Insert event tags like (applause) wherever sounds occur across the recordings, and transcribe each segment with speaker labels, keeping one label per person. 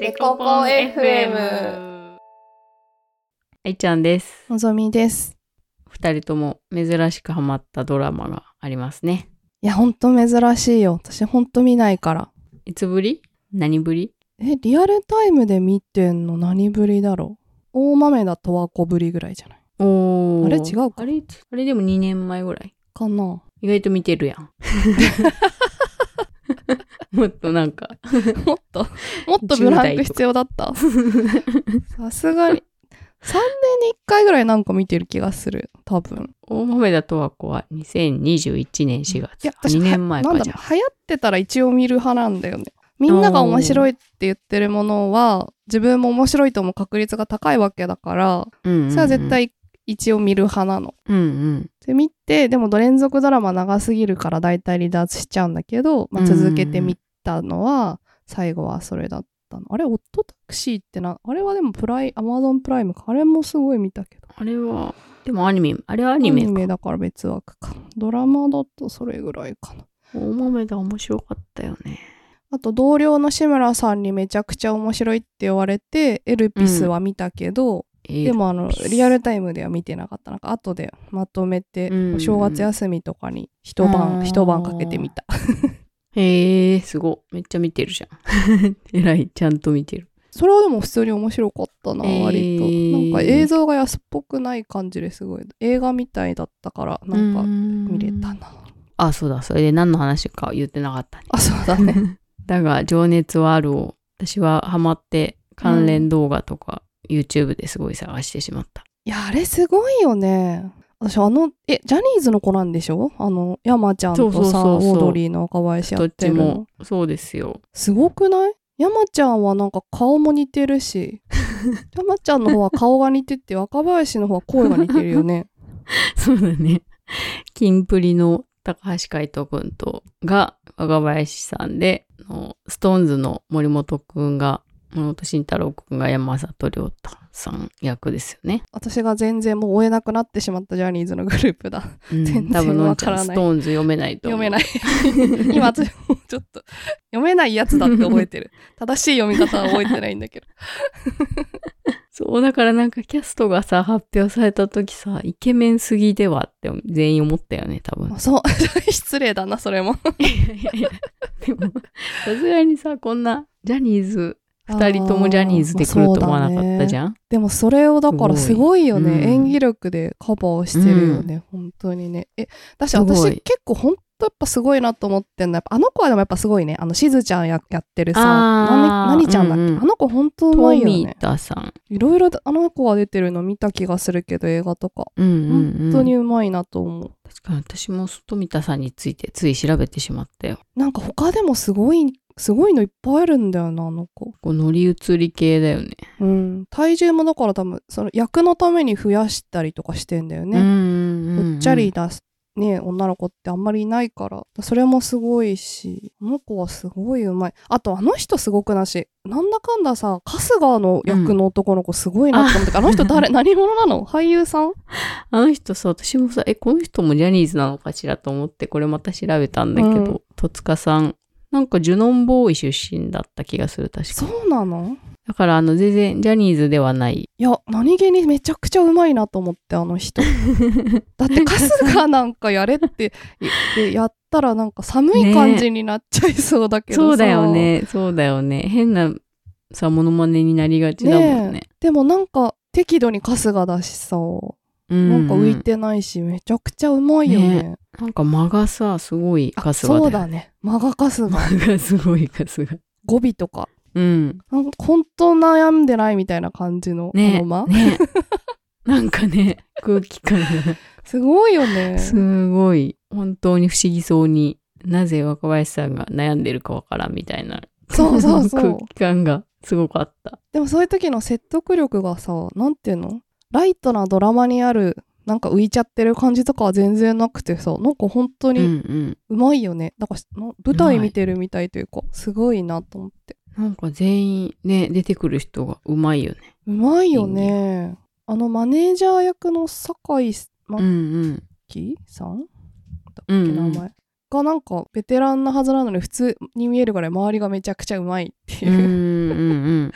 Speaker 1: デコポン FM。愛ちゃんです。
Speaker 2: のぞみです。
Speaker 1: 二人とも珍しくハマったドラマがありますね。
Speaker 2: いや、ほんと珍しいよ。私ほんと見ないから。
Speaker 1: いつぶり何ぶり
Speaker 2: え、リアルタイムで見てんの何ぶりだろう大豆だとはこぶりぐらいじゃない
Speaker 1: おー
Speaker 2: あれ違うか
Speaker 1: あれいつあれでも2年前ぐらい。
Speaker 2: かな
Speaker 1: 意外と見てるや
Speaker 2: (laughs)
Speaker 1: ん。もっとなんか。
Speaker 2: もっと、もっとブランク必要
Speaker 1: (laughs)
Speaker 2: だった。さすがに。3年に1回ぐらいなんか見てる気がする。多分。
Speaker 1: 大豆田とわ子は2021年4月。
Speaker 2: いや、
Speaker 1: 2年前
Speaker 2: は
Speaker 1: か
Speaker 2: なん
Speaker 1: じ
Speaker 2: だ
Speaker 1: ゃん
Speaker 2: ろう流行ってたら一応見る派なんだよね。みんなが面白いって言ってるものは、自分も面白いと思う確率が高いわけだから、
Speaker 1: うんうんうん
Speaker 2: それは絶。対一応見る派なの。
Speaker 1: うんうん。
Speaker 2: で見てでも連続ドラマ長すぎるから大体離脱しちゃうんだけど、まあ、
Speaker 1: うんうんうん
Speaker 2: 続けてみたのは最後はそれだったのあれオットタクシーってなあれはでもプライアマゾンプライムかあれもすごい見たけど
Speaker 1: あれは、でもアニメ、あれはアニメか。
Speaker 2: だから別枠かドラマだとそれぐらいかな
Speaker 1: 大豆田面白かったよね。
Speaker 2: あと同僚の志村さんにめちゃくちゃ面白いって言われてエルピスは見たけど、で
Speaker 1: で、
Speaker 2: もあの
Speaker 1: ピス
Speaker 2: リアルタイムでは見てなかったなんか後でまとめて、
Speaker 1: うんうん
Speaker 2: お正月休みとかに一晩、
Speaker 1: あー
Speaker 2: 一晩かけてみた
Speaker 1: へえ、すごい。めっちゃ見てるじゃん。 (laughs) えらい、ちゃんと見てる。
Speaker 2: それはでも普通に面白かったな、
Speaker 1: えー
Speaker 2: 割と。なんか映像が安っぽくない感じですごい。映画みたいだったから、なんか見
Speaker 1: 見
Speaker 2: れたな。
Speaker 1: あ、そうだ。それで何の話か言ってなかったね。
Speaker 2: あ、そうだ
Speaker 1: (laughs)
Speaker 2: ね。
Speaker 1: だが、情熱はあるを、私はハマって関連動画とか、YouTube ですごい探してしまった。
Speaker 2: いや、あれすごいよね。私、あの、え、ジャニーズの子なんでしょあの、山ちゃんとさ、
Speaker 1: そうそうそうそう
Speaker 2: オードリーの若林や
Speaker 1: ど
Speaker 2: っ
Speaker 1: ってち
Speaker 2: るの
Speaker 1: も、そうです
Speaker 2: (laughs)
Speaker 1: よ。
Speaker 2: すごくない山ちゃんはなんか顔も似て
Speaker 1: (laughs)
Speaker 2: るし、山ちゃんの方は顔が似てて、若林の方は声が似てる
Speaker 1: (laughs)
Speaker 2: よね。
Speaker 1: そうだね。キンプリの高橋海人くんとが若林さんで、あのストーンズの森本くんが、森本慎太郎くんが山里亮太さん役ですよね。
Speaker 2: 私が全然もう追えなくなってしまったジャニーズのグループだ。
Speaker 1: うん
Speaker 2: 全然
Speaker 1: 多分のんちゃん
Speaker 2: わから
Speaker 1: ス
Speaker 2: ない
Speaker 1: トーンズ読めないと思
Speaker 2: 読
Speaker 1: う。。
Speaker 2: めないい。 (laughs) 今、私もちょっと、読めないやつだって覚えて (laughs) る。正しい読み方は覚えてないんだけ (laughs) ど。
Speaker 1: そう、だからなんかキャストがさ、発表された時さ、イケメンすぎではって全員思ったよね、多分
Speaker 2: あ。そう、 (laughs) 失礼だな、それも。
Speaker 1: (laughs) いやいやでも、さすがにさ、こんなジャニーズ、二人ともジャニーズで来ると思わなかったじ
Speaker 2: ん。
Speaker 1: ゃん
Speaker 2: でもそれをだからすごいよね。
Speaker 1: すごいうん
Speaker 2: 演技力でカバーしてるよね、本当にね。え、だし
Speaker 1: すご
Speaker 2: 私
Speaker 1: い
Speaker 2: 結構本当やっぱすごいなと思ってんの。やっぱあの子はでもやっぱすごいね。あの、しずちゃんややってるさ、
Speaker 1: あー
Speaker 2: 何何ちゃんだっけ、
Speaker 1: うんうん
Speaker 2: あの子本当うま
Speaker 1: ト
Speaker 2: いよ
Speaker 1: ミ
Speaker 2: ね
Speaker 1: ー。タさん。
Speaker 2: いろいろあの子が出てるの見た気がするけど、映画とか。
Speaker 1: うんうんうん、
Speaker 2: 本当にうまいなと思う。
Speaker 1: 確かに私も富田さんについてつい調べてしまったよ。
Speaker 2: なんか他でもすごい、すごいのいっぱいあるんだよな、あの子。
Speaker 1: こう乗り移り系だよね。
Speaker 2: うん。体重もだから多分、その役のために増やしたりとかしてんだよ
Speaker 1: うん
Speaker 2: ね。
Speaker 1: うんうん
Speaker 2: うっちゃりだ、ね、女の子ってあんまりいないから。それもすごいし、あの子はすごいうまい。あとあの人すごくなし、なんだかんださ、春日の役の男の子すごいなって思って、あの
Speaker 1: (laughs)
Speaker 2: 人誰、何者なの俳優さん
Speaker 1: あの人さ、私もさ、え、この人もジャニーズなのかしらと思って、これまた調べたんだけど、
Speaker 2: うん
Speaker 1: 戸塚さん、なんかジュノンボーイ出身だった気がする、確か。
Speaker 2: そうなの
Speaker 1: だから、あの、全然ジャニーズではない。
Speaker 2: いや、何気にめちゃくちゃうまいなと思って、あの
Speaker 1: (laughs)
Speaker 2: 人。だって、春日なんかやれって、でやったらなんか寒い感じになっちゃいそうだけどさ
Speaker 1: (laughs) そうだよ。ね、そうだよね。変な、さ、モノマネになりがちだもんね。
Speaker 2: ねでもなんか、適度に春日だしさ、
Speaker 1: うん
Speaker 2: な
Speaker 1: うん
Speaker 2: んか浮いてないし、めちゃくちゃうまいよね。
Speaker 1: なんか間がさ、すごい
Speaker 2: あ
Speaker 1: 春日だよ
Speaker 2: そうだね。マガ春日。
Speaker 1: 間が (laughs) すごい春日。
Speaker 2: 語尾とか。
Speaker 1: うん。
Speaker 2: なんか本当悩んでないみたいな感じの
Speaker 1: ね
Speaker 2: アロマ。
Speaker 1: ねなんかね、空気感
Speaker 2: すごいよ
Speaker 1: が (laughs)
Speaker 2: ね。
Speaker 1: すごい、本当に不思議そうに、なぜ若林さんが悩んでるかわからんみたいな。
Speaker 2: そうそうそう
Speaker 1: 空。気感がすごかった。
Speaker 2: でもそういう時の説得力がさ、なんていうのライトなドラマにある、なんか浮いちゃってる感じとかは全然なくてさ、なんか本当
Speaker 1: うんう
Speaker 2: に
Speaker 1: ん。
Speaker 2: うまいよね。だからな舞台見てるみたいというか、すごいなと思って。
Speaker 1: なんか全員ね、出てくる人がうまいよね。
Speaker 2: うまいよね。あのマネージャー役の酒井
Speaker 1: うん
Speaker 2: 真
Speaker 1: うん。
Speaker 2: 紀さんだっけ、
Speaker 1: うんうん
Speaker 2: 名前。がなんかベテランなはずなのに普通に見えるぐらい周りがめちゃくちゃうまいって
Speaker 1: うん
Speaker 2: いうう、
Speaker 1: んうんうん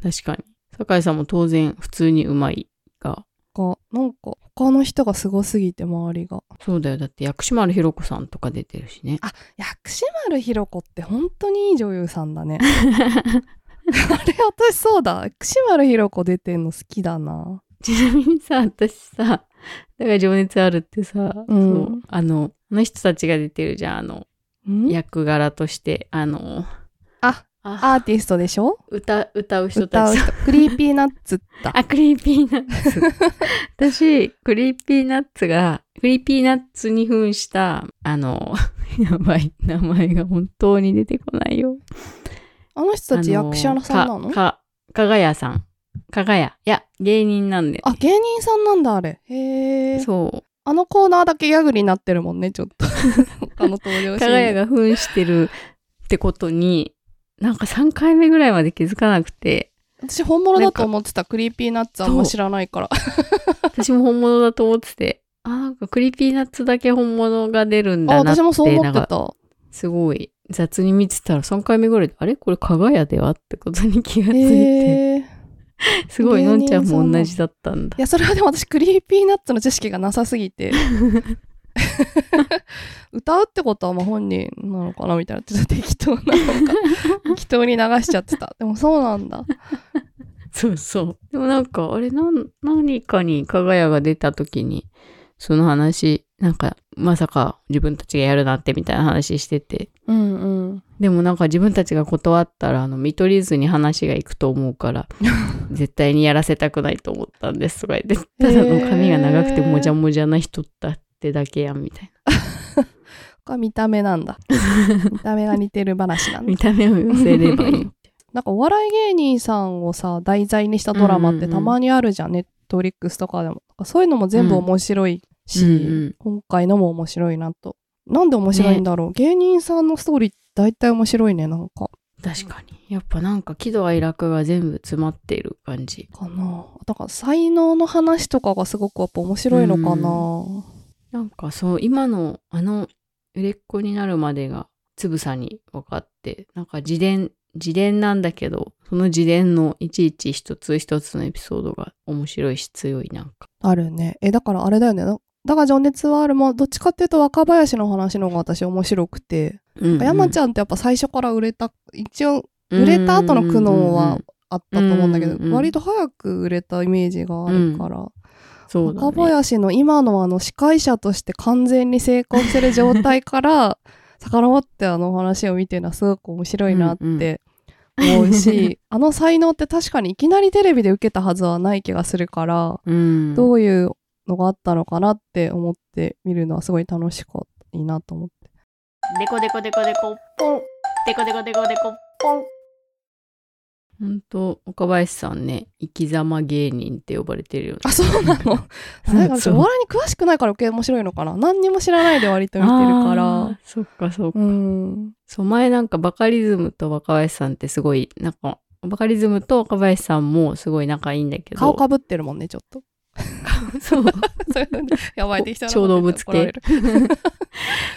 Speaker 1: 確かに。酒井さんも当然普通にうまいが。
Speaker 2: がなんか他の人がすごすぎて周りが
Speaker 1: そうだよ。だって薬師丸ひろ子さんとか出てるし (laughs) ね。
Speaker 2: 薬師丸ひろ子って本当にいい女優さんだねあれ私そうだ薬師丸ひろ子出てんの好きだな
Speaker 1: ちなみにさ、私さ、だから情熱あるってさ、
Speaker 2: うん
Speaker 1: そうあの、あの人たちが出てるじゃん、あの、
Speaker 2: ん
Speaker 1: 役柄として、あの、
Speaker 2: あ、
Speaker 1: あ、
Speaker 2: アーティストでしょ
Speaker 1: 歌、歌う人
Speaker 2: 歌
Speaker 1: た
Speaker 2: う
Speaker 1: ち。
Speaker 2: 人クリーピーナッツだ
Speaker 1: あ、クリーピーナッツ。 (laughs) 私、クリーピーナッツが、クリーピーナッツに扮した、あの、 (laughs) やばい、名前が本当に出てこないよ。
Speaker 2: あの人たち
Speaker 1: あの
Speaker 2: 役者さんなの
Speaker 1: か、か、かがやさん。かがや。いや、芸人なんで。
Speaker 2: あ芸人さんなんだあれへえ
Speaker 1: そう。
Speaker 2: あのコーナーだけギャグになってるもんねちょっと他の登場シ
Speaker 1: かがや
Speaker 2: ーン
Speaker 1: が扮してるってことに、なんか3回目ぐらいまで気づかなくて、
Speaker 2: 私本物だと思ってたクリーピーナッツあんま知らないから
Speaker 1: 私も本物だと思ってて、あ、なんかクリーピーナッツだけ本物が出るん
Speaker 2: あ
Speaker 1: だなって、
Speaker 2: 私もそう思
Speaker 1: な
Speaker 2: っ
Speaker 1: ん
Speaker 2: て
Speaker 1: か
Speaker 2: た
Speaker 1: すごい雑に見てたら3回目ぐらいで、あれこれかがやではってことに気がついて、
Speaker 2: へえ
Speaker 1: すごい、
Speaker 2: 芸
Speaker 1: の
Speaker 2: 人
Speaker 1: んちゃん
Speaker 2: さんな
Speaker 1: も
Speaker 2: の
Speaker 1: 同じだったんだ
Speaker 2: い。や、それはでも私、クリーピーナッツの知識がなさす
Speaker 1: (laughs)
Speaker 2: ぎて。歌うってことはまあ本人なのかなみたいな。ちょっと適当なの
Speaker 1: (laughs)
Speaker 2: か。適当に流しちゃってた。でもそうなんだ。
Speaker 1: そうそう。でもなんか、あれ、なん、何かに加賀谷が出た時に、その話、なんか、まさか自分たちがやるなんてみたいな話してて。
Speaker 2: うんうん。
Speaker 1: でもなんか自分たちが断ったら、あの、見取り図に話が行くと思う (laughs) から、絶対にやらせたくないと思ったんですとか言って、ただの髪が長くてもじゃもじゃな人だってだけやんみたい
Speaker 2: が見た目なん
Speaker 1: (laughs)
Speaker 2: だ。見た目が似てる話な
Speaker 1: な。
Speaker 2: んだ
Speaker 1: 見。た目を寄せればいい。
Speaker 2: なんかお笑い芸人さんをさ、題材にしたドラマっ
Speaker 1: うんう
Speaker 2: て
Speaker 1: ん
Speaker 2: たまにあるじゃん。ネットフリックスとかでも。なんかそういうのも全部面白いし、
Speaker 1: うんうん
Speaker 2: 今回のも面白いなと。なんで面白いんだろう、芸人さんのストーリー大体面白いね、なんか。
Speaker 1: 確かに。やっぱなんか喜怒哀楽が全部詰まっている感じ。
Speaker 2: かなだから才能の話とかがすごくやっぱ面白いのかな
Speaker 1: なんかそう今のあの売れっ子になるまでがつぶさに分かってなんか自伝自伝なんだけどその自伝のいちいち一つ一つのエピソードが面白いし強いなんか
Speaker 2: あるねえだからあれだよねなだが情熱はあるもどっちかっていうと若林の話の方が私面白くて、山ち
Speaker 1: ゃ
Speaker 2: ゃんってやっぱ最初から売れた一応売れた後の苦悩はあったと思うんだけど、
Speaker 1: うんうんうん
Speaker 2: 割と早く売れたイメージがあるから、
Speaker 1: そうだ、
Speaker 2: 若
Speaker 1: ね、
Speaker 2: 林の今のあの司会者として完全に成功してる状態から (laughs) 遡ってあの話を見てるのはすごく面白いなって思うし、あの才能って確かにいきなりテレビで受けたはずはない気がするから、
Speaker 1: (laughs) うん
Speaker 2: どういうのがあったのかなって思って見るのはすごい楽しかったいいなと思って。
Speaker 1: デコデコデコデコポンデコデコデコデコポン本当岡林さんね生き様芸人って呼ばれてるよね
Speaker 2: あ、そう
Speaker 1: (laughs)
Speaker 2: なの (laughs) なんか私
Speaker 1: そう
Speaker 2: お笑いに詳しくないから余計面白いのかな何にも知らないで割と見てるから。
Speaker 1: あーそっかそっか
Speaker 2: うん。
Speaker 1: そう、前なんかバカリズムと若林さんってすごい、なんか、バカリズムと若林さんもすごい仲いいんだけど。
Speaker 2: 顔かぶってるもんね、ちょっ
Speaker 1: (laughs)
Speaker 2: と。
Speaker 1: そう。
Speaker 2: そういうのねやばい、適当な
Speaker 1: 小動物
Speaker 2: こと言っ
Speaker 1: 系
Speaker 2: たら怒られる。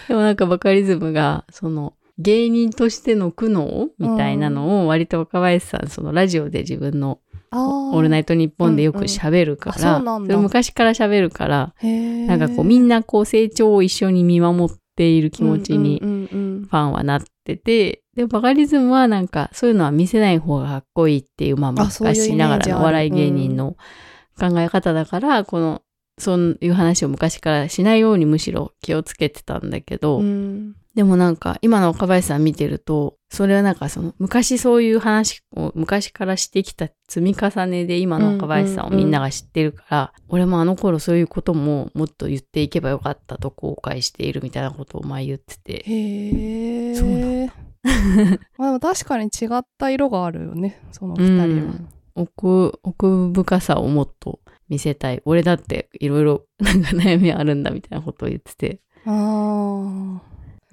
Speaker 1: でもなんかバカリズムが、その、芸人としての苦悩みたいなのを割と若林さん、そのラジオで自分の
Speaker 2: あー
Speaker 1: オールナイトニッポンでよく喋るか
Speaker 2: うんうんあ
Speaker 1: ら、
Speaker 2: そうなんだ
Speaker 1: れ昔から喋るから、
Speaker 2: へー
Speaker 1: なんかこうみんなこう成長を一緒に見守っている気持ちに
Speaker 2: うんうんう
Speaker 1: フ
Speaker 2: ん
Speaker 1: ァンはなってて、で、バカリズムはなんか、そういうのは見せない方がかっこいいっていう、まあ、
Speaker 2: あそういうイメージ
Speaker 1: 昔ながらのお笑い芸人の考え方だから、この、そういう話を昔からしないようにむしろ気をつけてたんだけど、
Speaker 2: うん
Speaker 1: でもなんか、今の岡林さん見てると、それはなんかその、昔そういう話を昔からしてきた積み重ねで今の岡林さんを
Speaker 2: うんうんうん
Speaker 1: みんなが知ってるから、俺もあの頃そういうことももっと言っていけばよかったと後悔しているみたいなことを前言ってて、
Speaker 2: へえ
Speaker 1: そうな
Speaker 2: まあでも確かに違った色があるよねその二
Speaker 1: うん
Speaker 2: 人は、
Speaker 1: 奥奥深さをもっと見せたい俺だっていろいろなんか悩みあるんだみたいなことを言ってて
Speaker 2: ああ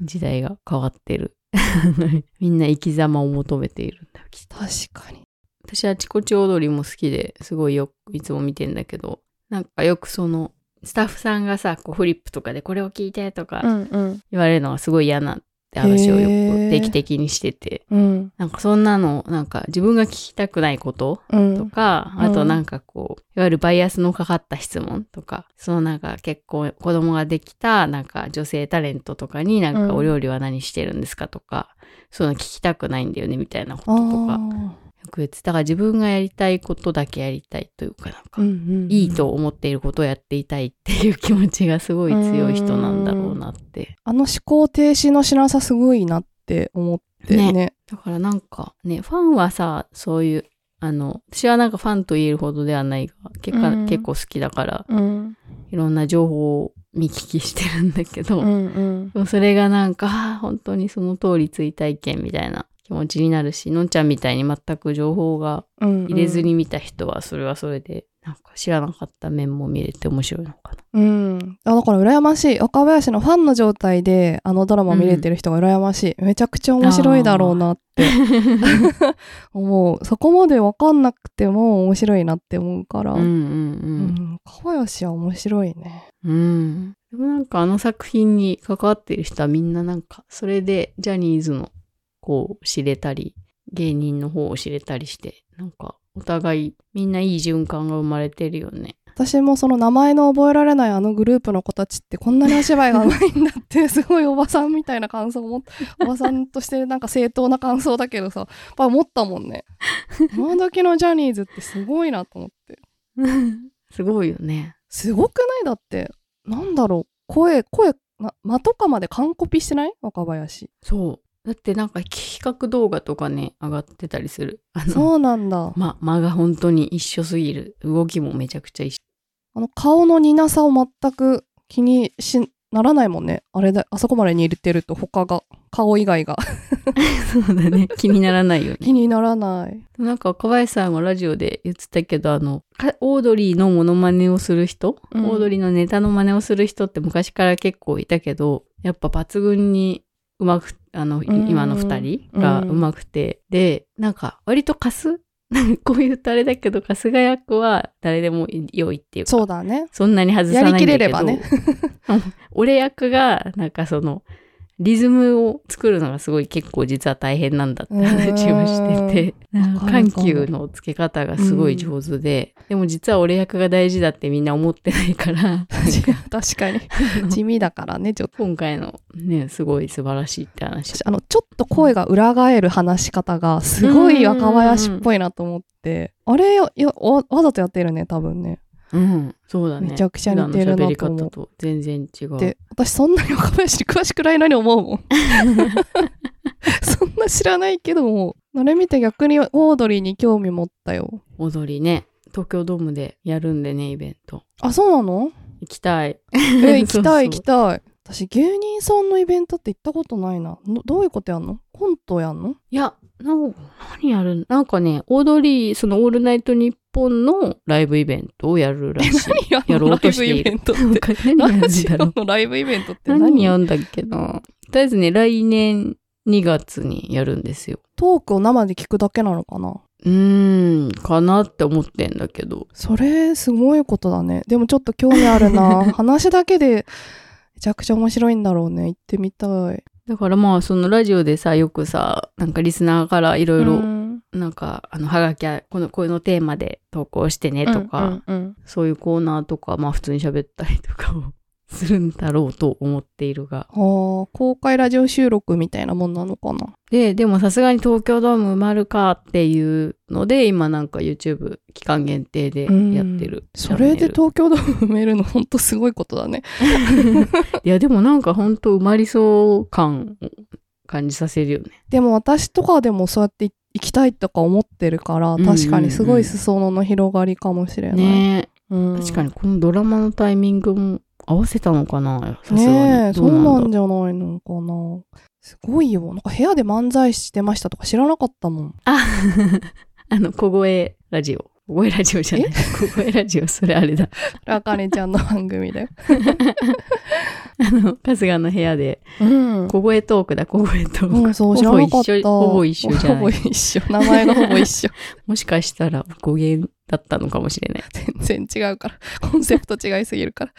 Speaker 1: 時代が変わってる (laughs) みんな生き様を求めているんだきっと
Speaker 2: 確かに
Speaker 1: 私は「ちこち踊り」も好きですごいよくいつも見てんだけどなんかよくそのスタッフさんがさこうフリップとかでこれを聞いてとか
Speaker 2: んうん
Speaker 1: 言われるのがすごい嫌なって話をよ
Speaker 2: へ
Speaker 1: く
Speaker 2: ー
Speaker 1: 定期的にしてて、
Speaker 2: うん。
Speaker 1: なんかそんなの、なんか自分が聞きたくないこと
Speaker 2: う
Speaker 1: と
Speaker 2: ん。
Speaker 1: か、
Speaker 2: うん
Speaker 1: あとなんかこう、いわゆるバイアスのかかった質問とか、そのなんか結構子供ができたなんか女性タレントとかになん
Speaker 2: う
Speaker 1: か
Speaker 2: ん
Speaker 1: お料理は何してるんですかとか、そういうの聞きたくないんだよねみたいなこと
Speaker 2: ああ
Speaker 1: とか、よく言ってただから自分がやりたいことだけやりたいというかなんか、
Speaker 2: ー。うんうんうん
Speaker 1: いいと思っていることをやっていたいっていう気持ちがすごい強い人なんだろうなって。
Speaker 2: あの思考停止のしなさすごいなって思ってね。
Speaker 1: だからなんかね、ファンはさ、そういう、あの、私はなんかファンと言えるほどではないが、結果、
Speaker 2: うん
Speaker 1: 結構好きだから、
Speaker 2: うん。
Speaker 1: いろんな情報を見聞きしてるんだけど、
Speaker 2: うんうん。
Speaker 1: でもそれがなんか、あー本当にその通り追体験みたいな気持ちになるし、のんちゃんみたいに全く情報が
Speaker 2: うん
Speaker 1: 入れず。に見た人は、それはそれで、なんか知らなかった面も見れて面白いのかな。
Speaker 2: うん。あだから羨ましい。若林のファンの状態であのドラマ見れてる人が羨ましい。めちゃくちゃ面白いだろうなって思う。そこまでわかんなくても面白いなって (laughs) 思うから。
Speaker 1: うんうん
Speaker 2: う
Speaker 1: うん。
Speaker 2: ん。若林は面白いね。
Speaker 1: うん。でもなんかあの作品に関わってる人はみんななんか、それでジャニーズのこう知れたり、芸人の方を知れたりして、なんかお互いみんないい循環が生まれてるよね。
Speaker 2: 私もその名前の覚えられないあのグループの子たちってこんなにお芝居が上手いんだって (laughs) すごいおばさんみたいな感想も (laughs) おばさんとしてなんか正当な感想だけどさやっぱ思ったもんね今時のジャニーズってすごいなと思って
Speaker 1: すごいよね。
Speaker 2: すごくないだってなんだろう声声な間とかまで完コピしてない若林
Speaker 1: そう。だってなんか企画動画とかね、上がってたりする。あの、
Speaker 2: そうなんだ
Speaker 1: ま、間が本当に一緒すぎる。動きもめちゃくちゃ一緒。
Speaker 2: あの顔の似なさを全く気にしならないもんねあれだあそこまで似てると他が顔以外が (laughs)
Speaker 1: (laughs) そうだね。気にならないよね
Speaker 2: 気。にならない
Speaker 1: なんか若林さんがラジオで言ってたけどあのかオードリーのモノマネをする人、
Speaker 2: うん
Speaker 1: オードリーのネタの真似をする人って昔から結構いたけどやっぱ抜群にうまくあのい
Speaker 2: うん
Speaker 1: 今の2人がうまくて、でなんか割とカス (laughs) こういうとあれだけど春日役は誰でも良いっていうか
Speaker 2: そうだね
Speaker 1: そんなに外さないんだけど
Speaker 2: やりきれればね
Speaker 1: 俺役がなんかそのリズムを作るのがすごい結構実は大変なんだって話をしててなんか
Speaker 2: わかる
Speaker 1: 緩
Speaker 2: かも
Speaker 1: 急のつけ方がすごい上手で、でも実は俺役が大事だってみんな思ってないから
Speaker 2: (laughs)
Speaker 1: なんか
Speaker 2: 確か (laughs) に
Speaker 1: あの
Speaker 2: 地味だからねちょっと
Speaker 1: 今回のねすごい素晴らしいって話
Speaker 2: 私あのちょっと声が裏返る話し方がすごい若林っぽいなと思ってあれよよわわざとやってるね多分ね
Speaker 1: うんそうだね
Speaker 2: めちゃくちゃ似てるな
Speaker 1: 普
Speaker 2: と
Speaker 1: 段の喋
Speaker 2: 思
Speaker 1: り方
Speaker 2: っ
Speaker 1: と全然違う
Speaker 2: (laughs) て私そんなに若林に詳しくないのに思うも (laughs) んそんな知らないけどもあれ見て逆にオードリーに興味持ったよ
Speaker 1: 踊りね東京ドームでやるんでねイベント
Speaker 2: あそうなの
Speaker 1: 行きたい
Speaker 2: え行きたい行
Speaker 1: (laughs) そうそう
Speaker 2: きたい私芸人さんのイベントって行ったことないなのどういうことやんのコントやんの
Speaker 1: いや、なん何やるんなんかね、オードリー、そのオールナイトニッポンのライブイベントをやるらしい。
Speaker 2: 何や
Speaker 1: やろうとして
Speaker 2: ライブイ
Speaker 1: い
Speaker 2: ベ
Speaker 1: る
Speaker 2: ント
Speaker 1: (laughs)
Speaker 2: っ
Speaker 1: なん
Speaker 2: て
Speaker 1: か (laughs) 何やるん
Speaker 2: ラジ
Speaker 1: だろう。
Speaker 2: オのライブイベントって何
Speaker 1: (laughs) 何やんだっけな。とりあえずね、来年2月にやるんですよ。
Speaker 2: トークを生で聞くだけなのかな
Speaker 1: うーん、かなって思ってんだけど。
Speaker 2: それすごいことだねでもちょっと興味ある
Speaker 1: (laughs)
Speaker 2: な話だけでめちゃくちゃ面白いんだろうね行ってみたい
Speaker 1: だからまあ、そのラジオでさ、よくさ、なんかリスナーからいろいろ、
Speaker 2: ん
Speaker 1: なんか、あの、はがきや、この、こういうのテーマで投稿してねとか、
Speaker 2: うんうん
Speaker 1: そういうコーナーとか、まあ普通に喋ったりとかをするんだろうと思っているが。
Speaker 2: うんあー公開ラジオ収録みたいなもんなのかな
Speaker 1: で、でもさすがに東京ドーム埋まるかっていうので、今なんか YouTube 期間限定でやってる。
Speaker 2: それで
Speaker 1: チャン
Speaker 2: 東京ドーム埋めるのほんとすごいことだね
Speaker 1: ネルいや、でもなんかほんと埋まりそう感を感じさせるよね。
Speaker 2: でも私とかでもそうやって行きたいとか思ってるか
Speaker 1: ん
Speaker 2: ら
Speaker 1: うんうん
Speaker 2: 確かにすごい裾野の広がりかもしれない、
Speaker 1: ね
Speaker 2: うん
Speaker 1: 確かにこのドラマのタイミングも合わせたのかなさすが
Speaker 2: ね
Speaker 1: に。
Speaker 2: え
Speaker 1: ど
Speaker 2: そう
Speaker 1: うな
Speaker 2: なん
Speaker 1: だ
Speaker 2: んじゃないのかなすごいよなんか部屋で漫才してましたとか知らなかったもん
Speaker 1: あ、 (laughs) あの、小声ラジオ。小声ラジオじゃない。小声ラジオ、それあれだ。 (laughs)
Speaker 2: あかねちゃんの番組で
Speaker 1: あの、春日の部屋で、
Speaker 2: (laughs) うん
Speaker 1: 小声トークだ、小声トーク。
Speaker 2: うん、そう、知らなかった。
Speaker 1: ほぼ一緒ほぼ一緒じゃない
Speaker 2: ほぼ一緒。名前がほぼ一緒。
Speaker 1: もしかしたら語源だったのかもしれない。
Speaker 2: 全然違うから。コンセプト違いすぎるから。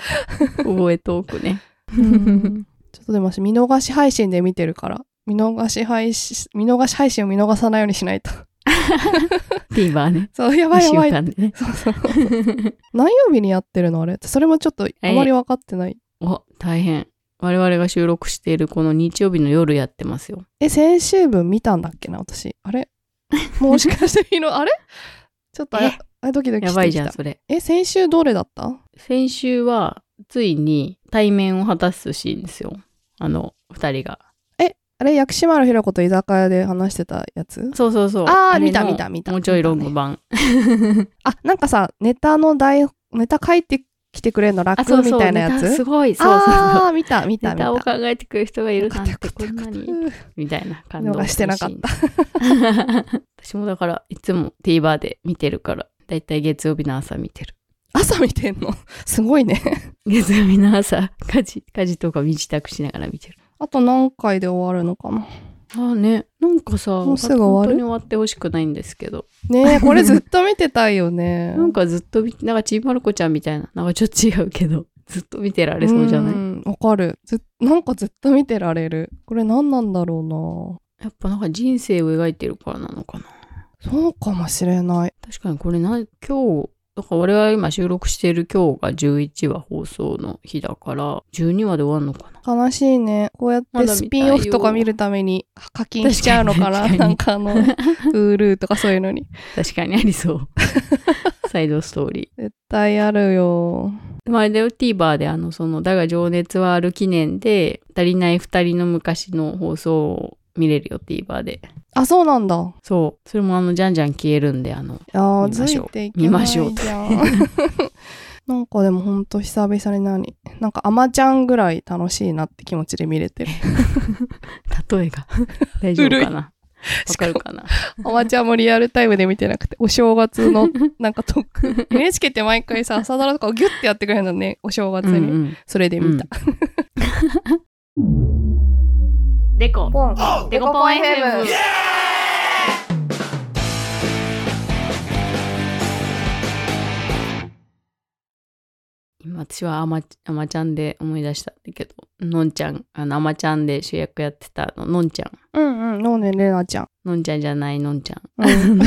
Speaker 1: 小声トークね。
Speaker 2: うんちょっとそうでも私見逃し配信で見てるから見逃し配信見逃し配信を見逃さないようにしないと
Speaker 1: TVer ね。
Speaker 2: そうや
Speaker 1: 1
Speaker 2: ばい
Speaker 1: 週
Speaker 2: やばい
Speaker 1: 間でね。
Speaker 2: そうそう何曜日にやってるのあれそれもちょっとあまり分かってない、
Speaker 1: お、大変。我々が収録しているこの日曜日の夜やってますよ。
Speaker 2: え先週分見たんだっけな私
Speaker 1: (laughs)
Speaker 2: あれもしかして見のあれちょっとあ
Speaker 1: え
Speaker 2: あれドキドキ
Speaker 1: や
Speaker 2: してきた
Speaker 1: ばいじゃん、それ。
Speaker 2: え先週どれだった
Speaker 1: 先週は、ついに対面を果たすシーンですよ。あの、二人が。
Speaker 2: あれ薬師丸ひろ子と居酒屋で話してたやつ
Speaker 1: そうそうそう。
Speaker 2: あー
Speaker 1: れの
Speaker 2: 見た見た見た
Speaker 1: もうちょいロング版。
Speaker 2: あなんかさネタの台ネタ書いてきてくれるの楽
Speaker 1: あ、そうそう。
Speaker 2: みたいなや
Speaker 1: ネタ
Speaker 2: つ
Speaker 1: すごい。そうそうそう。
Speaker 2: ああ見た見
Speaker 1: ネ
Speaker 2: た見
Speaker 1: タ
Speaker 2: た
Speaker 1: を考えてくる人がいるなん
Speaker 2: よか
Speaker 1: てこ
Speaker 2: ったよ
Speaker 1: ん
Speaker 2: か
Speaker 1: な
Speaker 2: った
Speaker 1: に。みたいな感動
Speaker 2: 見逃してなかった
Speaker 1: た。 (laughs) 私もだから、いつも TVer で見てるから、だいたい月曜日の朝見てる。
Speaker 2: (laughs) 朝見てんのすごいね
Speaker 1: 月曜日の朝、家事、家事とか身支度しながら見てる。
Speaker 2: あと何回で終わるのかな
Speaker 1: ああね、なんかさ、
Speaker 2: もうすぐ終わ
Speaker 1: 本
Speaker 2: る
Speaker 1: 当に終わってほしくないんですけど、
Speaker 2: ね
Speaker 1: (laughs)
Speaker 2: えこれずっと見てたいよね
Speaker 1: なんかずっと見、なんかちびまる子ちゃんみたいな、なんかちょっと違うけど、ずっと見てられそうじゃない
Speaker 2: んわかるずなんかずっと見てられるこれ何なんだろ
Speaker 1: やっぱなんか人生を描いてるからなのかな。
Speaker 2: うなそうかもしれない
Speaker 1: 確かにこれな、今日、だから我々今収録している今日が11話放送の日だから、12話で終わるのかな。
Speaker 2: 悲しいねこうやっ
Speaker 1: まだ
Speaker 2: て
Speaker 1: 見たいよ
Speaker 2: スピンオフとか見るために課金しちゃうのか
Speaker 1: 確
Speaker 2: な
Speaker 1: かに
Speaker 2: なんかあの
Speaker 1: (laughs)
Speaker 2: Hulu とかそういうのに
Speaker 1: 確かにありそう。サイドストーリ
Speaker 2: 絶対あるよ
Speaker 1: ー。でもあれだよ、TVer であの、その、だが情熱はある記念で、足りない二人の昔の放送を見れるよ、TVer で。
Speaker 2: あそうなんだ
Speaker 1: そう。それもあの、じゃんじゃん消えるんで、あの、見ま
Speaker 2: あー
Speaker 1: し
Speaker 2: つ
Speaker 1: ょう
Speaker 2: いていけないじゃん
Speaker 1: 見
Speaker 2: (laughs) なんかでもほんと久々に何なんかアマちゃんぐらい楽しいなって気持ちで見れてる
Speaker 1: 例え (laughs) が。大丈夫かなわかるかな
Speaker 2: アマちゃんもリアルタイムで見てなくてお正
Speaker 1: (laughs)
Speaker 2: 月のなんか特 NHK って毎回さ朝ドラとかをギュッてやってくれるのねお正月
Speaker 1: うん
Speaker 2: に、
Speaker 1: うん。
Speaker 2: それで見た、
Speaker 1: デコ。
Speaker 2: ポン
Speaker 1: デコポン FM。今私はあまあまちゃんで思い出したんだけど、のんちゃん、あのあまちゃんで主役やってたあののんちゃん。
Speaker 2: うんうんのねれなちゃん、
Speaker 1: のんちゃんじゃないのんちゃ (laughs) ん。
Speaker 2: うん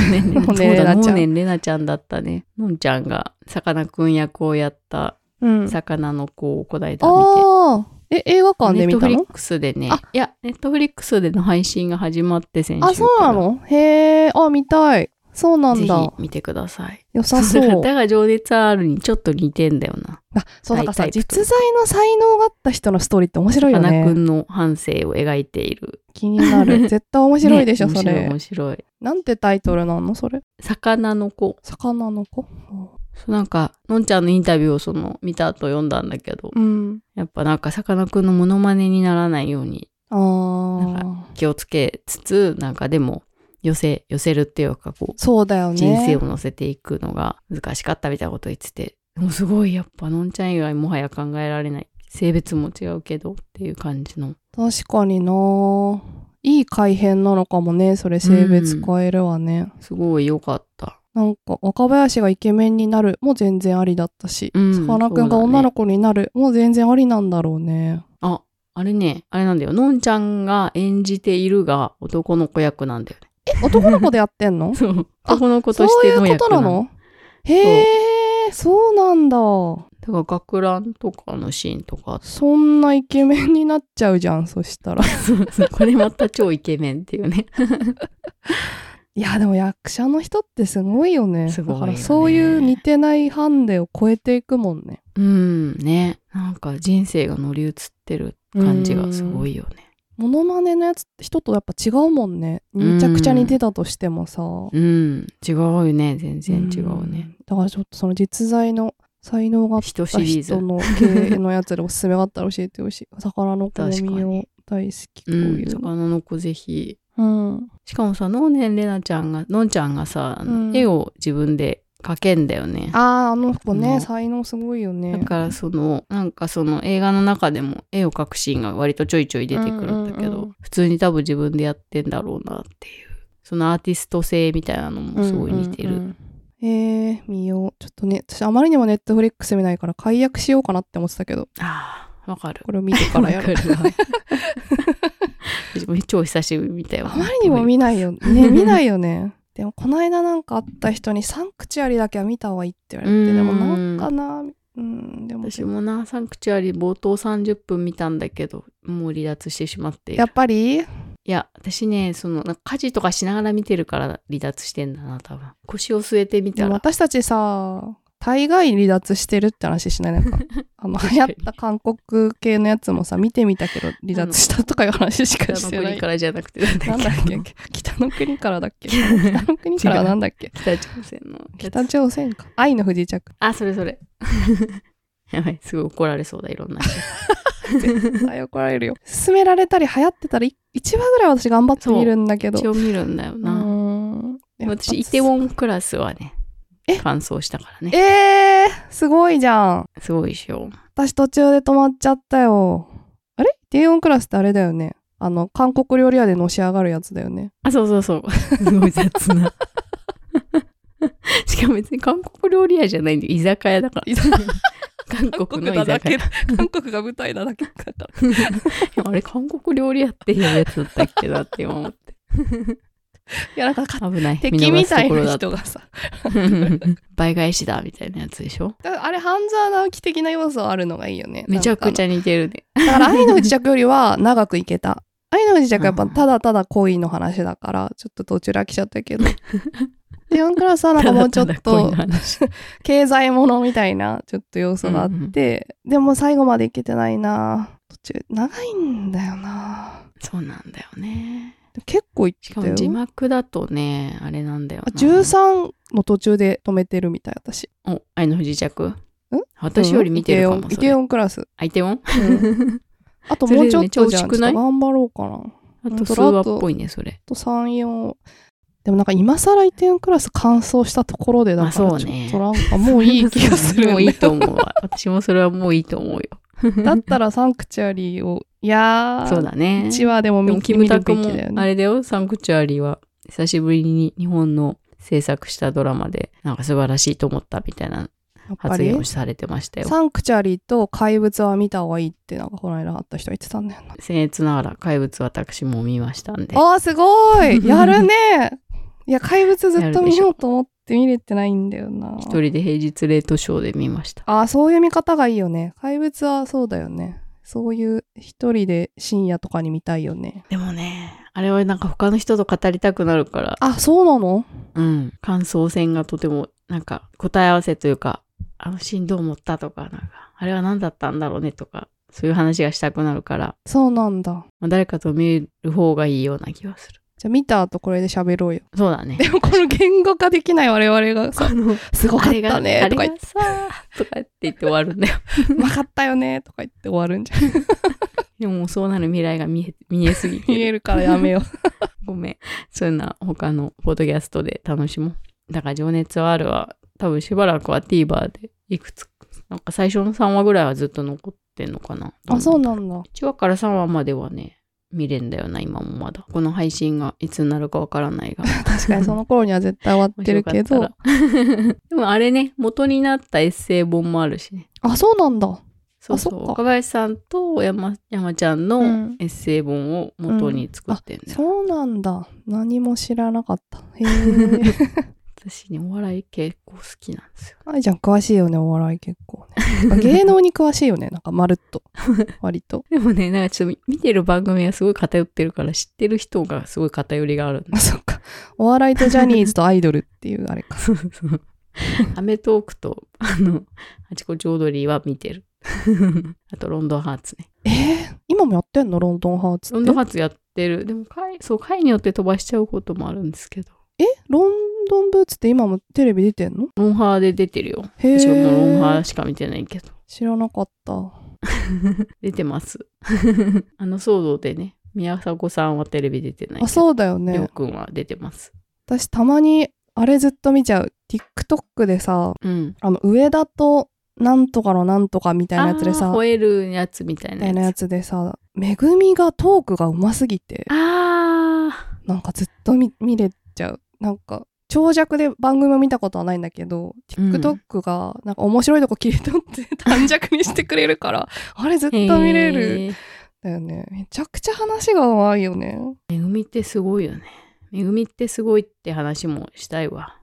Speaker 1: そう
Speaker 2: れ
Speaker 1: だ、
Speaker 2: な
Speaker 1: もう
Speaker 2: ちゃん
Speaker 1: ね、れなちゃんだったね。のんちゃんがさかなクン役をやった (laughs)
Speaker 2: うん、
Speaker 1: 魚の子をこないだ見て。
Speaker 2: ああえ映画館
Speaker 1: ネ
Speaker 2: で
Speaker 1: ッ
Speaker 2: 見
Speaker 1: トフ
Speaker 2: た
Speaker 1: リ
Speaker 2: の
Speaker 1: ックスでね
Speaker 2: あ。
Speaker 1: いや、ネットフリックスでの配信が始まって先週
Speaker 2: あそうな
Speaker 1: か
Speaker 2: のへえあ見たいそうな
Speaker 1: ら
Speaker 2: ん
Speaker 1: ぜ
Speaker 2: だ
Speaker 1: ひ見てください。
Speaker 2: 良さ
Speaker 1: そ
Speaker 2: そう
Speaker 1: だから (laughs)
Speaker 2: う
Speaker 1: だが情熱あるにちょっと似てんだよな。
Speaker 2: あ、そう、だか
Speaker 1: タ
Speaker 2: らさ、
Speaker 1: イタイプと
Speaker 2: 実在の才能があった人のストーリーって面白いよ
Speaker 1: 花く
Speaker 2: ね。
Speaker 1: んの半生を描いている。
Speaker 2: 気に
Speaker 1: (laughs)
Speaker 2: なる。絶対面白いでしょ、
Speaker 1: ね
Speaker 2: それ
Speaker 1: 面。白い面白い。
Speaker 2: なんてタイトルなのそれ。
Speaker 1: 魚の子。
Speaker 2: 魚の子
Speaker 1: そうなんか、のんちゃんのインタビューをその見た後読んだんだけど、
Speaker 2: うん。
Speaker 1: やっぱなんか魚くんのモノマネにならないように
Speaker 2: あー
Speaker 1: な気をつけつつ、なんかでも寄せ、寄せるっていうかこう、
Speaker 2: そうだよね。
Speaker 1: 人生を乗せていくのが難しかったみたいなこと言ってて、でもすごいやっぱのんちゃん以外もはや考えられない。性別も違うけどっていう感じの。
Speaker 2: 確かにないい改変なのかもね、それ性別変えるはね。
Speaker 1: すごい良かった。
Speaker 2: なんか、若林がイケメンになるも全然ありだったし、
Speaker 1: うん
Speaker 2: さかなクンが女の子になるも全然ありなんだろうね。
Speaker 1: あ、あれね、あれなんだよ。のんちゃんが演じているが男の子役なんだよね。
Speaker 2: 男の子でやってんの
Speaker 1: そう。
Speaker 2: あ
Speaker 1: 男の子
Speaker 2: そ
Speaker 1: とし
Speaker 2: うい
Speaker 1: ての
Speaker 2: うこ
Speaker 1: 役
Speaker 2: と
Speaker 1: な
Speaker 2: な
Speaker 1: の。
Speaker 2: のへえ、そうなんだ。。
Speaker 1: だから学ランとかのシーンとか
Speaker 2: そんなイケメンになっちゃうじゃん、そしたら。
Speaker 1: そうそう。これまた超イケメンっていうね。
Speaker 2: いや、でも役者の人ってすごいよね。
Speaker 1: すごいよね
Speaker 2: だからそういう似てないハンデを超えていくもんね。
Speaker 1: うん、ね。なんか人生が乗り移ってる感じがすご
Speaker 2: い。
Speaker 1: いよね。
Speaker 2: モノマネのやつ、人とやっぱ違うもんね。めちゃくちゃ似てたとしてもさ。
Speaker 1: うん、違うよね。全然違うね。
Speaker 2: ん。だからちょっとその実在の才能があっ
Speaker 1: 人シ
Speaker 2: た
Speaker 1: リーズ
Speaker 2: 人。の系のやつでおすすめがあったら教えてほしい。魚の好
Speaker 1: 確か
Speaker 2: みを
Speaker 1: に
Speaker 2: 大好き。こう
Speaker 1: う
Speaker 2: い
Speaker 1: ん、
Speaker 2: うの。
Speaker 1: 魚の子ぜひ。
Speaker 2: うん。
Speaker 1: しかもさ、のんねんれなちゃんが、のんちゃんがさ、あの
Speaker 2: うん
Speaker 1: 絵を自分で描けんだよね。
Speaker 2: ああ、あの子
Speaker 1: う
Speaker 2: ね、
Speaker 1: ん
Speaker 2: 才能すごいよね。
Speaker 1: だからそのなんかその映画の中でも絵を描くシーンが割とちょいちょい出てくるんだけど、
Speaker 2: うんうんうん
Speaker 1: 普通に多分自分でやってんだろうなっていうそのアーティスト性みたいなのもすごい似てる、
Speaker 2: うんうんうんえー、見よう。ちょっとね、私あまりにもネットフリックス見ないから解約しようかなって思ってたけど、
Speaker 1: ああわかる。
Speaker 2: これを見てからやる
Speaker 1: わ
Speaker 2: (laughs)
Speaker 1: かるわ (laughs) 私も超久しぶりみたいわ。
Speaker 2: あまりにも見ないよ
Speaker 1: (laughs)
Speaker 2: ね。見ないよね。でも、この間なんかあった人に、サンクチュアリだけは見た方がいいって言われ
Speaker 1: う
Speaker 2: て、
Speaker 1: ん
Speaker 2: でもなんかな、うん、でも、
Speaker 1: 私もな、サンクチュアリ冒頭30分見たんだけど、もう離脱してしまっている
Speaker 2: やっぱり、
Speaker 1: いや、私ね、その、なんか家事とかしながら見てるから離脱してんだな、多分。腰を据えてみ
Speaker 2: で
Speaker 1: た
Speaker 2: も
Speaker 1: ら。
Speaker 2: 私たちさ、大概離脱してるって話しない
Speaker 1: (laughs)
Speaker 2: なんか、あの、流行った韓国系のやつもさ、見てみたけど離脱したとかいう話しか
Speaker 1: 北
Speaker 2: し
Speaker 1: の
Speaker 2: て
Speaker 1: (laughs)
Speaker 2: ない
Speaker 1: 国。からじゃなくて、なんだっ
Speaker 2: なんだっ
Speaker 1: け
Speaker 2: け北の国からだっ
Speaker 1: (laughs)
Speaker 2: け北の国からはなんだっけ
Speaker 1: 北朝鮮のやつ
Speaker 2: 北朝鮮か。愛の不時着。
Speaker 1: (laughs) あ、それそれ。 (laughs) やばい、すごい怒られそうだ、いろんな人。
Speaker 2: あ怒られるよ。勧められたり流行ってたら、い一話ぐらい私頑張って見るんだけど。
Speaker 1: 一応見るんだよ
Speaker 2: う
Speaker 1: な。
Speaker 2: ーん
Speaker 1: でも私、イテウ
Speaker 2: ン。
Speaker 1: ォンクラスはね、
Speaker 2: え
Speaker 1: 完走したからね。
Speaker 2: えー、すごいじゃん。
Speaker 1: すごいでしょ。
Speaker 2: 私途中で止まっちゃったよ。あれ低音クラスってあれだよね。あの、韓国料理屋でのし上がるやつだよね。
Speaker 1: あ、そうそう (laughs) そう。すごい雑な。しかも別に韓国料理屋じゃ (laughs) ないんで、居酒屋だから。韓国の居酒屋。
Speaker 2: 韓国が舞台なだけだ (laughs) から。
Speaker 1: あれ、韓国料理屋っていうやつだったっけなって今思って。
Speaker 2: いや、なんかか、
Speaker 1: 危ない。
Speaker 2: 敵みたい
Speaker 1: 見逃
Speaker 2: な
Speaker 1: すと
Speaker 2: 人がさ。
Speaker 1: ころだった倍返しだ、みたいなやつでしょ。
Speaker 2: だからあれ、半沢直樹的な要素あるのがいいよね。
Speaker 1: (laughs) めちゃくち
Speaker 2: ゃ。
Speaker 1: ゃ似てるね。
Speaker 2: だから、愛の不時着よりは長くいけた。愛の不時着はやっぱ、ただただ恋の話だから、ちょっと途中で飽きちゃった
Speaker 1: (laughs)
Speaker 2: けど。低音クラスはなんかもうちょっ
Speaker 1: ただただ恋
Speaker 2: と
Speaker 1: の、 (laughs) 話
Speaker 2: 経済ものみたいなちょっと要素があって、でも最後までいけてないな途中長いんだよな
Speaker 1: そうなんだよね。
Speaker 2: 結構いっ
Speaker 1: したか
Speaker 2: よ
Speaker 1: も字幕だとね、あれなんだよ
Speaker 2: あ
Speaker 1: な。
Speaker 2: 13の途中で止めてるみたい私
Speaker 1: お、愛の不時着私より見てるか
Speaker 2: うんイ
Speaker 1: も。
Speaker 2: ケオンイ
Speaker 1: そ
Speaker 2: ケ
Speaker 1: れ
Speaker 2: オンクラス、
Speaker 1: あイテウォン
Speaker 2: うんあともうちょっとじゃ
Speaker 1: それめっちゃ惜し
Speaker 2: ん
Speaker 1: くない
Speaker 2: ちょっと頑張ろうかなあ
Speaker 1: あ
Speaker 2: うん
Speaker 1: と数話っぽいね、それ。
Speaker 2: と34でもなんか今更イテオンクラス完走したところでだからち
Speaker 1: まあ
Speaker 2: ょ
Speaker 1: そ
Speaker 2: っ
Speaker 1: うね
Speaker 2: となんかもういい気がす
Speaker 1: (laughs)
Speaker 2: る
Speaker 1: もういいと思うわ。私もそれはもういいと思うよ。
Speaker 2: だったらサンクチュアリーをいやー
Speaker 1: そうだね。
Speaker 2: 1話でも
Speaker 1: で
Speaker 2: 見
Speaker 1: も、キ
Speaker 2: て
Speaker 1: ム
Speaker 2: みる
Speaker 1: タク
Speaker 2: べき
Speaker 1: も
Speaker 2: だよ、ね
Speaker 1: あれだよ、サンクチュアリーは、久しぶりに日本の制作したドラマで、なんか素晴らしいと思ったみたいな
Speaker 2: やっぱ
Speaker 1: 発
Speaker 2: り
Speaker 1: 言をされてましたよ。
Speaker 2: サンクチュアリーと怪物は見た方がいいってなんかこの間あった人が言ってたんだよな。
Speaker 1: 僭越ながら、怪物私も見ましたんで。
Speaker 2: あーすご (laughs) いやるねいや怪物ずっと見ようと思って見れてないんだよな。
Speaker 1: 一人で平日レートショーで見ました。
Speaker 2: あーそういう見方がいいよね。怪物はそうだよね。そういう一人で深夜とかに見たいよね。
Speaker 1: でもね、あれはなんか他の人と語りたくなるから、
Speaker 2: あそうなの
Speaker 1: うん。感想戦がとても、なんか、答え合わせというか、あのシーンどう思ったとか、なんか、あれは何だったんだろうねとか、そういう話がしたくなるから、
Speaker 2: そうなんだ。
Speaker 1: まあ誰かと見る方がいいような気がする。
Speaker 2: じゃあ見た後これで喋ろうよ。 (laughs)
Speaker 1: そうだね。
Speaker 2: でもこの言語化できない我々がさ、
Speaker 1: の、
Speaker 2: すごかったね
Speaker 1: あれがあ
Speaker 2: とか
Speaker 1: れ
Speaker 2: 言っ
Speaker 1: がさーとかって言って終わるん
Speaker 2: (laughs)
Speaker 1: だよ。
Speaker 2: て、うまかったよねとか言って終わるんじゃん。
Speaker 1: でももうそうなる未来が見え、見えすぎて
Speaker 2: 見 (laughs)
Speaker 1: る。
Speaker 2: えるからやめよう。
Speaker 1: ごめん。そういうのは他のポッドキャストで楽しもう。だから情熱はあるは、多分しばらくは TVer でいくつか、なんか最初の3話ぐらいはずっと残ってんのかな。
Speaker 2: あそうなんだ。
Speaker 1: 1話から3話まではね、見れんだよな、今もまだ。この配信がいつになるかわからない
Speaker 2: (laughs)
Speaker 1: が。
Speaker 2: 確かにその頃には絶対終わってるけど
Speaker 1: 面白。かったら (laughs) でもあれね、元になったエッセイ本もあるしね。
Speaker 2: あ、そうなんだ。
Speaker 1: そうそ
Speaker 2: あそっ
Speaker 1: う。
Speaker 2: か
Speaker 1: 若林さんと山山ちゃん
Speaker 2: う
Speaker 1: の
Speaker 2: ん
Speaker 1: エッセイ本を元に作ってんだよ。
Speaker 2: そうなんだ。何も知らなかった。へえ。
Speaker 1: 私ね、お笑い結構好きなんですよ。
Speaker 2: (laughs) 愛ちゃん詳しいよね、お笑い結構ね。芸能に詳しいよね、なんかまるっと。割と。 (laughs)
Speaker 1: でもね、なんかちょっと見てる番組はすごい偏ってるから、知ってる人がすごい偏りがあるんだ
Speaker 2: あ、そっか。お笑いとジャニーズとアイドルっていうあれか。
Speaker 1: そう
Speaker 2: (laughs)
Speaker 1: そう。アメトークと、あの、あちこち踊りは見てる。 (laughs) あと、ロンドンハーツね。
Speaker 2: えー、今もやってんのロンドンハーツ
Speaker 1: ロ
Speaker 2: っ
Speaker 1: ンドン
Speaker 2: て。
Speaker 1: ハーツやってる。でも、回、そう、回によって飛ばしちゃうこともあるんですけど。
Speaker 2: えロンドンブーツって今もテレビ出てんの
Speaker 1: ロンハーで出てるよ。
Speaker 2: へ
Speaker 1: 私はもうロンハー
Speaker 2: え。
Speaker 1: しか見てないけど。
Speaker 2: 知らなかった。
Speaker 1: 出てます。 (laughs) あの騒動でね、宮迫さんはテレビ出てないけど。
Speaker 2: あ、そうだ
Speaker 1: りょ
Speaker 2: よ
Speaker 1: う
Speaker 2: ね。
Speaker 1: くんは出てます。
Speaker 2: 私たまに、あれずっと見ちゃう。TikTok でさ、
Speaker 1: うん。
Speaker 2: あの、上田となんとかのなんとかみたいなやつで
Speaker 1: あ
Speaker 2: さ
Speaker 1: ー、吠えるやつみたい
Speaker 2: み
Speaker 1: な
Speaker 2: たいな
Speaker 1: や
Speaker 2: や
Speaker 1: つ。
Speaker 2: つでさ、めぐみがトークがうますぎて、
Speaker 1: ああ。
Speaker 2: なんかずっと見見れちゃう。なんか、長尺で番組を見たことはないんだけど、
Speaker 1: うん
Speaker 2: TikTok がなんか面白いとこ切り取って短尺にしてくれるから、 (laughs) あれずっと見れる。
Speaker 1: へー
Speaker 2: だよね。めちゃくちゃ話がうまいよね。
Speaker 1: めぐみってすごいよね。めぐみってすごいって話もしたいわ。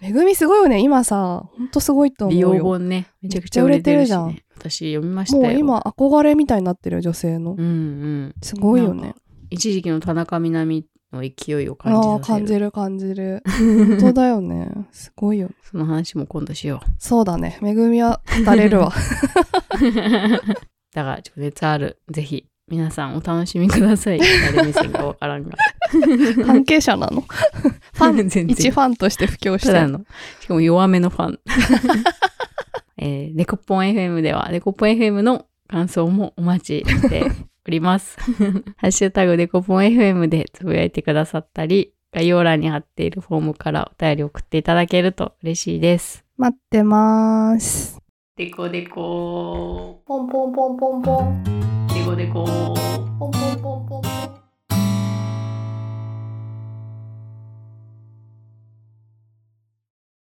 Speaker 2: めぐみすごいよね。今さ、ほんとすごいと思う
Speaker 1: 美
Speaker 2: よ。
Speaker 1: 容本ね。めちゃくちゃ売れてるし、ね。
Speaker 2: めっちゃ売れ
Speaker 1: 私読みましたよ。
Speaker 2: もう今憧れみたいになってるよ女性の
Speaker 1: う。んうん。
Speaker 2: すごいよね。
Speaker 1: 一時期の田中みな実の勢いを感じ
Speaker 2: ああー、
Speaker 1: させ
Speaker 2: 感
Speaker 1: る。
Speaker 2: じる感じる。本当だよ (laughs) ね。すごいよね。
Speaker 1: その話も今度しよ
Speaker 2: そうだね。めぐみは語れる (laughs) わ。
Speaker 1: う。だから、ちょっと熱ある。ぜひ、皆さんお楽しみくだ
Speaker 2: (laughs)
Speaker 1: さい。誰目線かわからんが。
Speaker 2: 関係者なの。ファン、
Speaker 1: 全然
Speaker 2: 一ファンとして布教したて
Speaker 1: だ
Speaker 2: る。
Speaker 1: の。しかも弱めのファン。 (laughs) えー、デコポン FM では、デコポン FM の感想もお待ちしており
Speaker 2: (laughs)
Speaker 1: ます。ハッシュタグデコポン FM でつぶやいてくださったり、概要欄に貼っているフォームからお便り送っていただけると嬉しいです。
Speaker 2: 待ってまーす。
Speaker 1: デコデコ
Speaker 2: ポンポンポンポンポン。
Speaker 1: デコデコ